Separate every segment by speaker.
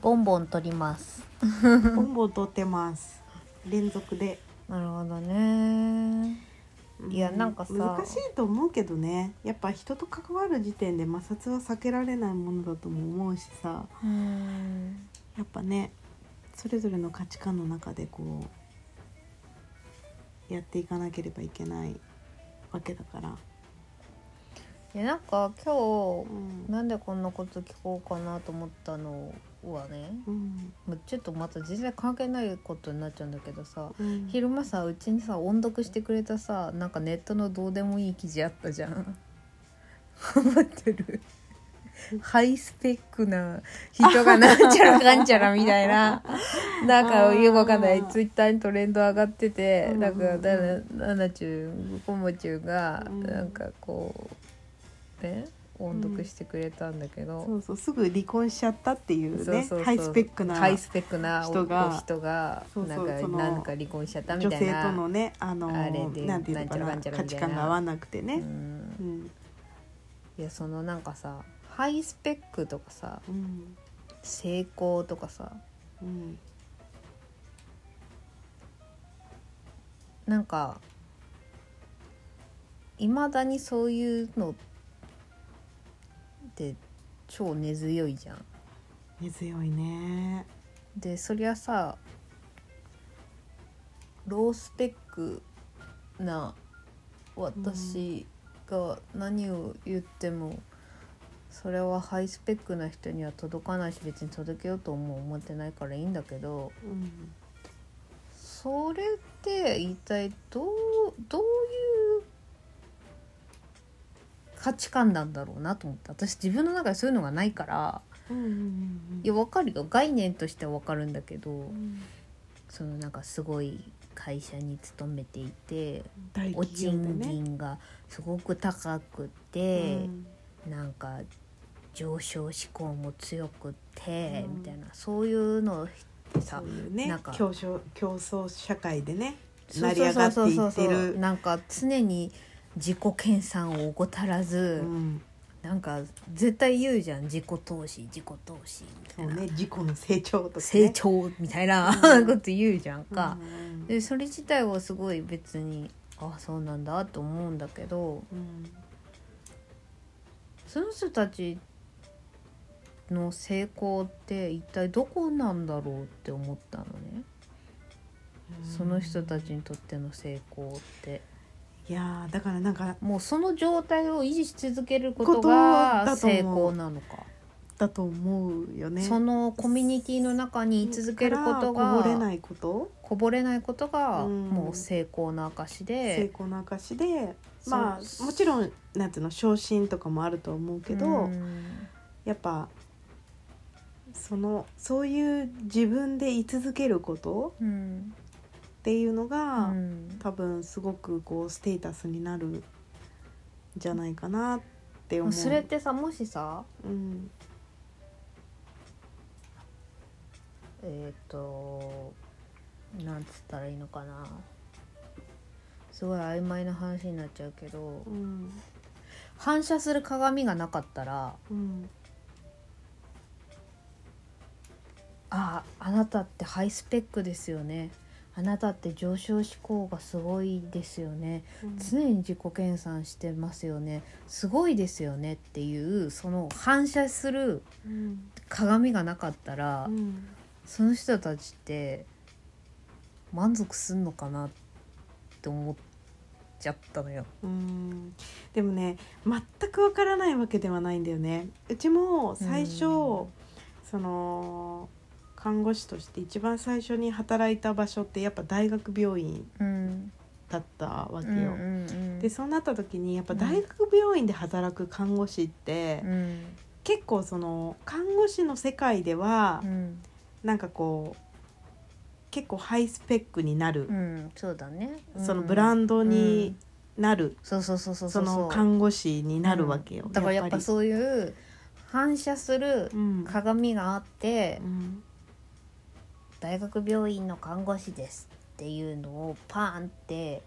Speaker 1: ボンボン取ります
Speaker 2: ボンボン取ってます連続で、
Speaker 1: なるほどね
Speaker 2: う
Speaker 1: いやなんかさ
Speaker 2: 難しいと思うけどねやっぱ人と関わる時点で摩擦は避けられないものだとも思うしさ
Speaker 1: うん
Speaker 2: やっぱねそれぞれの価値観の中でこうやっていかなければいけないわけだから、
Speaker 1: いやなんか今
Speaker 2: うん
Speaker 1: 日なんでこんなこと聞こうかなと思ったのはね
Speaker 2: うん
Speaker 1: もうちょっとまた全然関係ないことになっちゃうんだけどさ
Speaker 2: うん
Speaker 1: 昼間さうちにさ音読してくれたさなんかネットのどうでもいい記事あったじゃん覚えてるハイスペックな人がなんちゃらかんちゃらみたいななんかよくわかんな
Speaker 2: あ
Speaker 1: い
Speaker 2: ー
Speaker 1: ツイッターにトレンド上がってて、
Speaker 2: うんうん
Speaker 1: なんか
Speaker 2: うん
Speaker 1: だななちゅうこもちゅうが、
Speaker 2: うん
Speaker 1: なんかこうね音読してくれたんだけど、
Speaker 2: そうそうすぐ離婚しちゃったっていうね
Speaker 1: そうそうそう
Speaker 2: ハイスペックな
Speaker 1: ハイスペックな
Speaker 2: 人が
Speaker 1: お人が
Speaker 2: そうそう
Speaker 1: なんか
Speaker 2: その
Speaker 1: なんか離婚しちゃったみ
Speaker 2: 女
Speaker 1: たい
Speaker 2: 性
Speaker 1: な
Speaker 2: とのねあの
Speaker 1: あれで
Speaker 2: なんていうのかな
Speaker 1: なんちゃらか
Speaker 2: 価
Speaker 1: んち
Speaker 2: 値
Speaker 1: ゃらみたいな
Speaker 2: 観が合わなくて
Speaker 1: う
Speaker 2: ね、
Speaker 1: ん
Speaker 2: うん
Speaker 1: いやそのなんかさハイスペックとかさ
Speaker 2: うん
Speaker 1: 成功とかさ
Speaker 2: うん
Speaker 1: なんかいまだにそういうのって超根強いじゃん。
Speaker 2: 根強いね
Speaker 1: でそりゃさロースペックな私が何を言っても、それはハイスペックな人には届かないし別に届けようとも思ってないからいいんだけど。
Speaker 2: うん
Speaker 1: それって一体どうどういう価値観なんだろうなと思って私自分の中でそういうのがないから
Speaker 2: うんうん
Speaker 1: いやわかるよ概念としてはわかるんだけど
Speaker 2: うん
Speaker 1: そのなんかすごい会社に勤めていて
Speaker 2: 大
Speaker 1: お
Speaker 2: 企業で
Speaker 1: 賃
Speaker 2: ね
Speaker 1: 金がすごく高くて、なんか上昇志向も強くて、
Speaker 2: うん
Speaker 1: みたいなそういうのを
Speaker 2: そ
Speaker 1: さ
Speaker 2: ういうね
Speaker 1: なんか
Speaker 2: 競争競争社会でね成り上がっていっ
Speaker 1: そう
Speaker 2: て
Speaker 1: そうそうそう
Speaker 2: る
Speaker 1: なんか常に自己研鑽を怠ら
Speaker 2: う
Speaker 1: ず、
Speaker 2: ん
Speaker 1: なんか絶対言うじゃん自己投資自己投資みた
Speaker 2: そ
Speaker 1: いうな、
Speaker 2: ね自己の成長とかね
Speaker 1: 成長みたいな
Speaker 2: うん
Speaker 1: こと言うじゃんか、
Speaker 2: うん
Speaker 1: でそれ自体はすごい別にあそうなんだと思うんだけど
Speaker 2: うん
Speaker 1: その人たちの成功って一体どこなんだろうって思ったのね、その人たちにとっての成功って。
Speaker 2: いやーだからなんか
Speaker 1: もうその状態を維持し続けるこ
Speaker 2: こととだと思
Speaker 1: が
Speaker 2: う
Speaker 1: 成功なのか、
Speaker 2: だと思うよね
Speaker 1: そのコミュニティの中に居続けること
Speaker 2: から
Speaker 1: が
Speaker 2: こぼれないこと
Speaker 1: こぼれないことが
Speaker 2: うん
Speaker 1: もう成功の証
Speaker 2: 成
Speaker 1: で、
Speaker 2: 功の証でま
Speaker 1: そう
Speaker 2: あもちろんなんていうの昇進とかもあると思うけど、
Speaker 1: うん
Speaker 2: やっぱそのそういう自分で居続けること
Speaker 1: うん
Speaker 2: っていうのが、
Speaker 1: うん
Speaker 2: 多分すごくこうステータスになるんじゃないかなって思う。
Speaker 1: それってさもしさ
Speaker 2: うん
Speaker 1: えっ、となんつったらいいのかなすごい曖昧な話になっちゃうけど
Speaker 2: うん
Speaker 1: 反射する鏡がなかったら
Speaker 2: うん
Speaker 1: ああなたってハイスペックですよねあなたって上昇志向がすごいですよね
Speaker 2: うん
Speaker 1: 常に自己研鑽してますよねすごいですよねっていうその反射する
Speaker 2: うん
Speaker 1: 鏡がなかったら、
Speaker 2: うん
Speaker 1: その人たちって満足すんのかなって思っちゃったのよ。
Speaker 2: うんでもね全くわからないわけではないんだよね。うちも最初、
Speaker 1: うん
Speaker 2: その看護師として一番最初に働いた場所ってやっぱ大学病院
Speaker 1: うん、
Speaker 2: だった
Speaker 1: う
Speaker 2: わけ
Speaker 1: ん
Speaker 2: よ。
Speaker 1: うんうん
Speaker 2: でそうなった時にやっぱ大学病院で働く看護師って、
Speaker 1: うん
Speaker 2: 結構その看護師の世界では
Speaker 1: うん
Speaker 2: なんかこう結構ハイスペックになる
Speaker 1: う、ん、そうだね。
Speaker 2: そのブラ
Speaker 1: ン
Speaker 2: ンドになる、
Speaker 1: そうそうそうそう
Speaker 2: そうの看護師になるわけよ、
Speaker 1: だからやっぱ
Speaker 2: う、
Speaker 1: そういう反射する
Speaker 2: うん
Speaker 1: 鏡があって、
Speaker 2: うん
Speaker 1: 大学病院の看護師ですっていうのをパーンって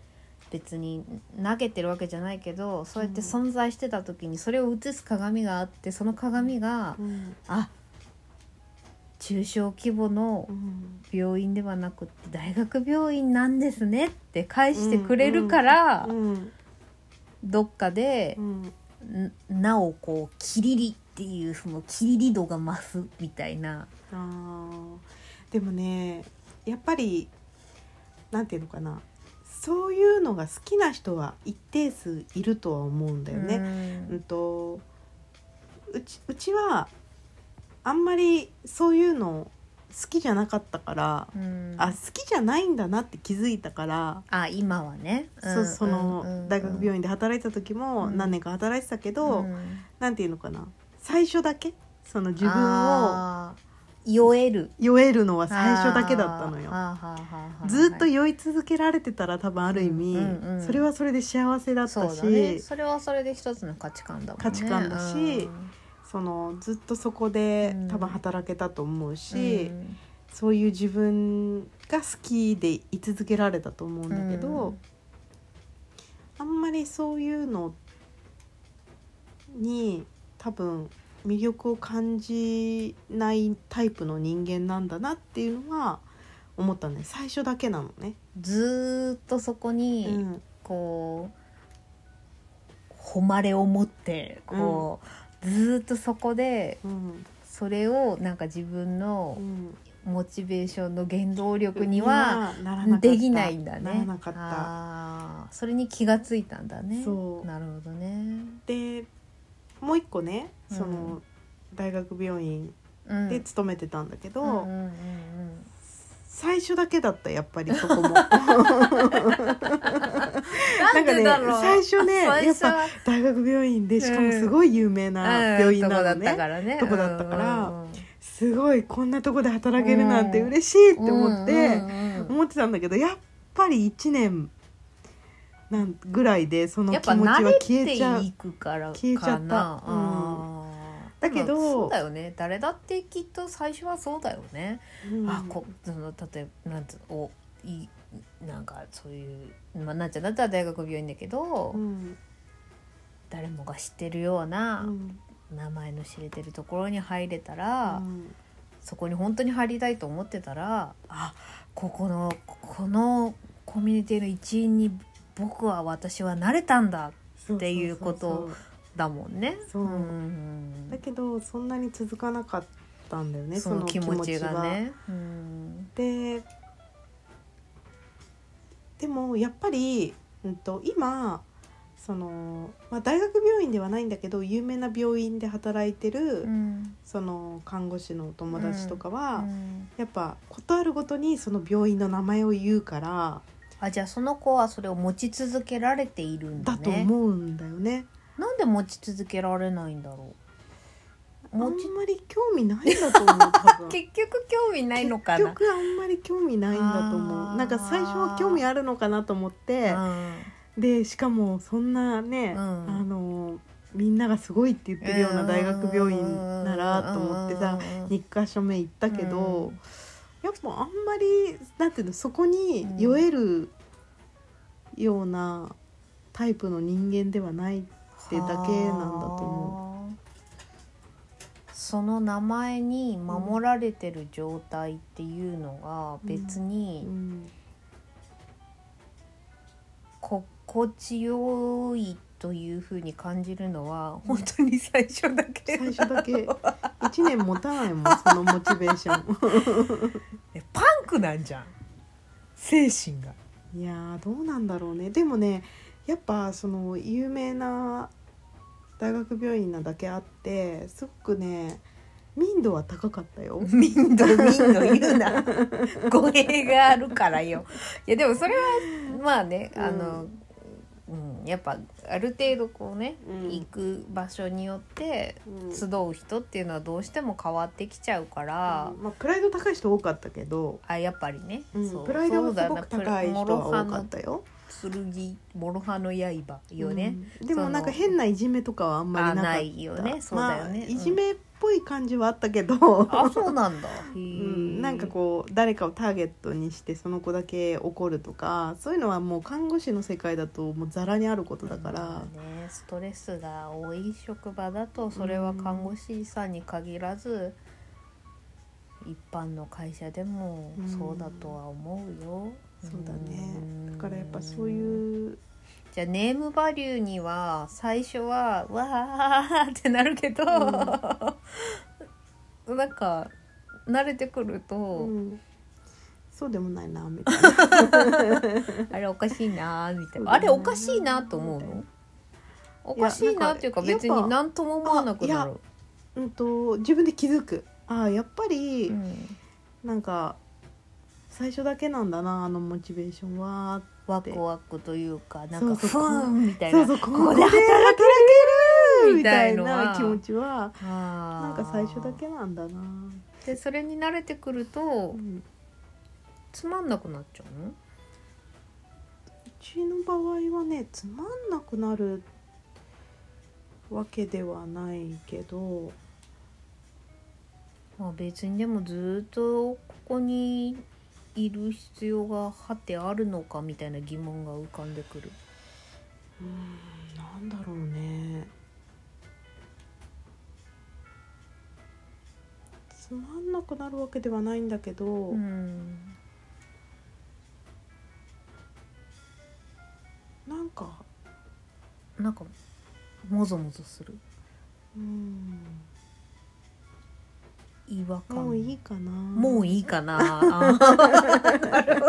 Speaker 1: 別に投げてるわけじゃないけどそうやって存在してた時にそれを映す鏡があってその鏡が、
Speaker 2: うん
Speaker 1: あ中小規模の
Speaker 2: うん
Speaker 1: 病院ではなくって大学病院なんですねって返してくれるから、
Speaker 2: うん
Speaker 1: どっかで
Speaker 2: う、ん
Speaker 1: んなおこうキリリっていうそのキリリ度が増すみたいな、
Speaker 2: あーでもねやっぱりなんていうのかなそういうのが好きな人は一定数いるとは思うんだよね。うん
Speaker 1: ね。
Speaker 2: とうちうちはあんまりそういうの好きじゃなかったから、
Speaker 1: うん
Speaker 2: あ好きじゃないんだなって気づいたから、
Speaker 1: あ今はね、
Speaker 2: そその大学病
Speaker 1: 院
Speaker 2: 院で働いた時も
Speaker 1: うん
Speaker 2: 何年か働いてたけど、
Speaker 1: と
Speaker 2: なんていうのかな最初だけその自分を
Speaker 1: を酔える
Speaker 2: 酔えるのは最初だけだったのよ。
Speaker 1: よ
Speaker 2: ずっと酔い続けられてたら多分ある意味、
Speaker 1: うんうんうん
Speaker 2: それはそれで幸せだっ
Speaker 1: そ
Speaker 2: た
Speaker 1: う
Speaker 2: し
Speaker 1: だねそれはそれで一つの価値観だもんね
Speaker 2: 価値観だしそのずっとそこで
Speaker 1: うん
Speaker 2: 多分働けたと思う
Speaker 1: うん
Speaker 2: し、
Speaker 1: うん
Speaker 2: そういう自分が好きでい続けられたと思うんだけど、
Speaker 1: うん
Speaker 2: あんまりそういうのに多分魅力を感じないタイプの人間なんだなっていうのは思ったね最初だけなのね。
Speaker 1: ずーっとそこに、
Speaker 2: うん
Speaker 1: こう誉れを持ってこう、ずーっとそこで
Speaker 2: うん
Speaker 1: それをなんか自分
Speaker 2: う
Speaker 1: の
Speaker 2: ん
Speaker 1: モチベーションの原動力には
Speaker 2: ならなかった
Speaker 1: できないんだね。
Speaker 2: ならなかった
Speaker 1: あーそれに気がついたんだね。
Speaker 2: そう
Speaker 1: なるほどね。
Speaker 2: でもう一個ねその、
Speaker 1: う
Speaker 2: 大学病院
Speaker 1: うん
Speaker 2: で勤めてたんだけど、
Speaker 1: うんうんうん
Speaker 2: 最初だけだったやっぱ りそこ
Speaker 1: う
Speaker 2: も
Speaker 1: ん、なんでだろう。
Speaker 2: なんかね最初ね
Speaker 1: 最初は
Speaker 2: 大学病院でしかもすごい有名な病院なの
Speaker 1: うん
Speaker 2: ね、
Speaker 1: と
Speaker 2: と
Speaker 1: こ
Speaker 2: こ
Speaker 1: だ
Speaker 2: だ
Speaker 1: っ
Speaker 2: ったた
Speaker 1: か
Speaker 2: からら
Speaker 1: ね。
Speaker 2: すごいこんなとこで働けるなんて
Speaker 1: うん
Speaker 2: 嬉しいって
Speaker 1: うんうん
Speaker 2: 思って、
Speaker 1: うんうん
Speaker 2: 思ってたんだけどやっぱり1年なんぐらいでその
Speaker 1: やっ
Speaker 2: 気
Speaker 1: ぱ
Speaker 2: 持ちは
Speaker 1: 慣れ
Speaker 2: 消え
Speaker 1: て
Speaker 2: ちゃ。
Speaker 1: いうくからかな
Speaker 2: 消えちゃったうん
Speaker 1: あー
Speaker 2: だけど
Speaker 1: まあそうだよね誰だってきっと最初はそうだよね、
Speaker 2: うん
Speaker 1: あこその例えばなんつうのおいなんかそういう、まあ、なんちゃんだったら大学病院だけど、
Speaker 2: うん
Speaker 1: 誰もが知ってるよう
Speaker 2: う
Speaker 1: なん名前の知れてるところに入れた
Speaker 2: う
Speaker 1: ら、
Speaker 2: ん
Speaker 1: そこに本当に入りたいと思ってたらあここのこのコミュニティの一員に僕は私は慣れたんだ
Speaker 2: そうそうそうそう
Speaker 1: っていうことをだもんね。
Speaker 2: そうん
Speaker 1: ん
Speaker 2: だけどそんなに続かなかったんだよ
Speaker 1: うん
Speaker 2: ね
Speaker 1: そ
Speaker 2: そ
Speaker 1: の
Speaker 2: の
Speaker 1: 気
Speaker 2: 気
Speaker 1: 持
Speaker 2: 持
Speaker 1: ち
Speaker 2: ち
Speaker 1: が
Speaker 2: がね。
Speaker 1: ね。うん
Speaker 2: ででもやっぱり、うん、と今その、まあ、大学病院ではないんだけど有名な病院で働いてる、
Speaker 1: うん
Speaker 2: その看護師のお友達とかは、
Speaker 1: うん
Speaker 2: やっぱことあるごとにその病院の名前を言うから
Speaker 1: あじゃあその子はそれを持ち続けられているんだ
Speaker 2: だと
Speaker 1: ね。
Speaker 2: 思うんだよね。
Speaker 1: なんで持ち続けられないんだろう。
Speaker 2: あん
Speaker 1: 持ち
Speaker 2: まり興味ないんだと思う多 分
Speaker 1: 結局興味ないのか
Speaker 2: 結
Speaker 1: な。
Speaker 2: 局あんまり興味ないんだと思
Speaker 1: あー
Speaker 2: うなんか最初は興味あるのかなと思ってでしかもそんなね、
Speaker 1: うん
Speaker 2: あのみんながすごいって言ってるような大学病院ならと思ってさ
Speaker 1: 行っ
Speaker 2: 2か所目行ったけ
Speaker 1: う
Speaker 2: ど、
Speaker 1: ん
Speaker 2: やっぱあんまりなんていうのそこに酔えるようなタイプの人間ではないてだけなんだと思
Speaker 1: う。その名前に守られてる状態っていうのが別に、
Speaker 2: うん
Speaker 1: 心地よいというふうに感じるのは本当に最初だけ
Speaker 2: 最初だけ1年持たないもんそのモチベーショ
Speaker 1: えパンクなんじゃん精神が
Speaker 2: ンいやーどうなんだろうねでもねやっぱその有名な大学病院なだけあってすごくね民度は高かったよ。
Speaker 1: 民度民度言う な語弊があるからよいやでもそれはまあねあの、うんやっぱある程度こうね、
Speaker 2: うん
Speaker 1: 行く場所によって
Speaker 2: うん
Speaker 1: 集う人っていうのはどうしても変わってきちゃうから、
Speaker 2: まあ、プライド高い人多かったけど、
Speaker 1: あやっぱりね、
Speaker 2: うん
Speaker 1: そう
Speaker 2: プライドがすごく
Speaker 1: そうだな
Speaker 2: 高い人は多かったよ。
Speaker 1: 剣諸刃の刃よね、
Speaker 2: うんでもなんか変ないじめとかはあんまりなかった
Speaker 1: あないよねそうだよね
Speaker 2: まあ
Speaker 1: うん
Speaker 2: いじめっぽい感じはあったけど、
Speaker 1: あそうなんだ、う
Speaker 2: うん、なんかこう誰かをターゲットにしてその子だけ怒るとかそういうのはもう看護師の世界だともうざらにあることだから、
Speaker 1: ね、ストレスが多い職場だとそれは看護師さんに限らず、一般の会社でもそうだとは思うよ。
Speaker 2: そうだねだからやっぱそう
Speaker 1: う
Speaker 2: いう
Speaker 1: じゃあネームバリューには最初は「わー」ってなるけど、なんか慣れてくると、
Speaker 2: うんそうでもないなみたいな
Speaker 1: あれおかしいなーみたいな、
Speaker 2: そ
Speaker 1: あ
Speaker 2: うだね
Speaker 1: れおかしいなと思うのおかしいなっていうか
Speaker 2: いやなんか
Speaker 1: 別に何とも思わなくなる
Speaker 2: うんと自分で気づくああやっぱり
Speaker 1: うん
Speaker 2: なんか最初だけなんだなあのモチベーションは
Speaker 1: ワクワクというかなん
Speaker 2: そう
Speaker 1: か
Speaker 2: そう
Speaker 1: ふーんみたい
Speaker 2: そう
Speaker 1: な
Speaker 2: そう
Speaker 1: こ
Speaker 2: こ
Speaker 1: こ
Speaker 2: こ
Speaker 1: で
Speaker 2: で働けるみ
Speaker 1: み
Speaker 2: た
Speaker 1: た
Speaker 2: い
Speaker 1: いのは
Speaker 2: な気持ちはな
Speaker 1: なん
Speaker 2: か最初だけなんだな、
Speaker 1: でそれに慣れてくる
Speaker 2: う
Speaker 1: と
Speaker 2: ん、
Speaker 1: つまんなくなっちゃうの
Speaker 2: うちの場合はねつまんなくなるわけではないけど
Speaker 1: まあ別にでもずっとここにいる必要がはてあるのかみたいな疑問が浮かんでくる
Speaker 2: うんなんだろうねつまんなくなるわけではないんだけど、
Speaker 1: うん
Speaker 2: なんか
Speaker 1: なんかもぞもぞする
Speaker 2: うん
Speaker 1: 違和感
Speaker 2: もういいかな
Speaker 1: もういいかな。あー なる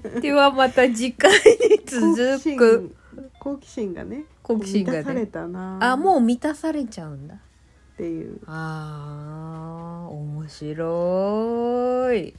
Speaker 1: ほど。ではまた次回に続く
Speaker 2: 好奇心好奇心がね
Speaker 1: 好奇心が
Speaker 2: 満たされ
Speaker 1: ね。
Speaker 2: たな
Speaker 1: あもう満たされちゃうんだ。
Speaker 2: っていう
Speaker 1: ああ面白い。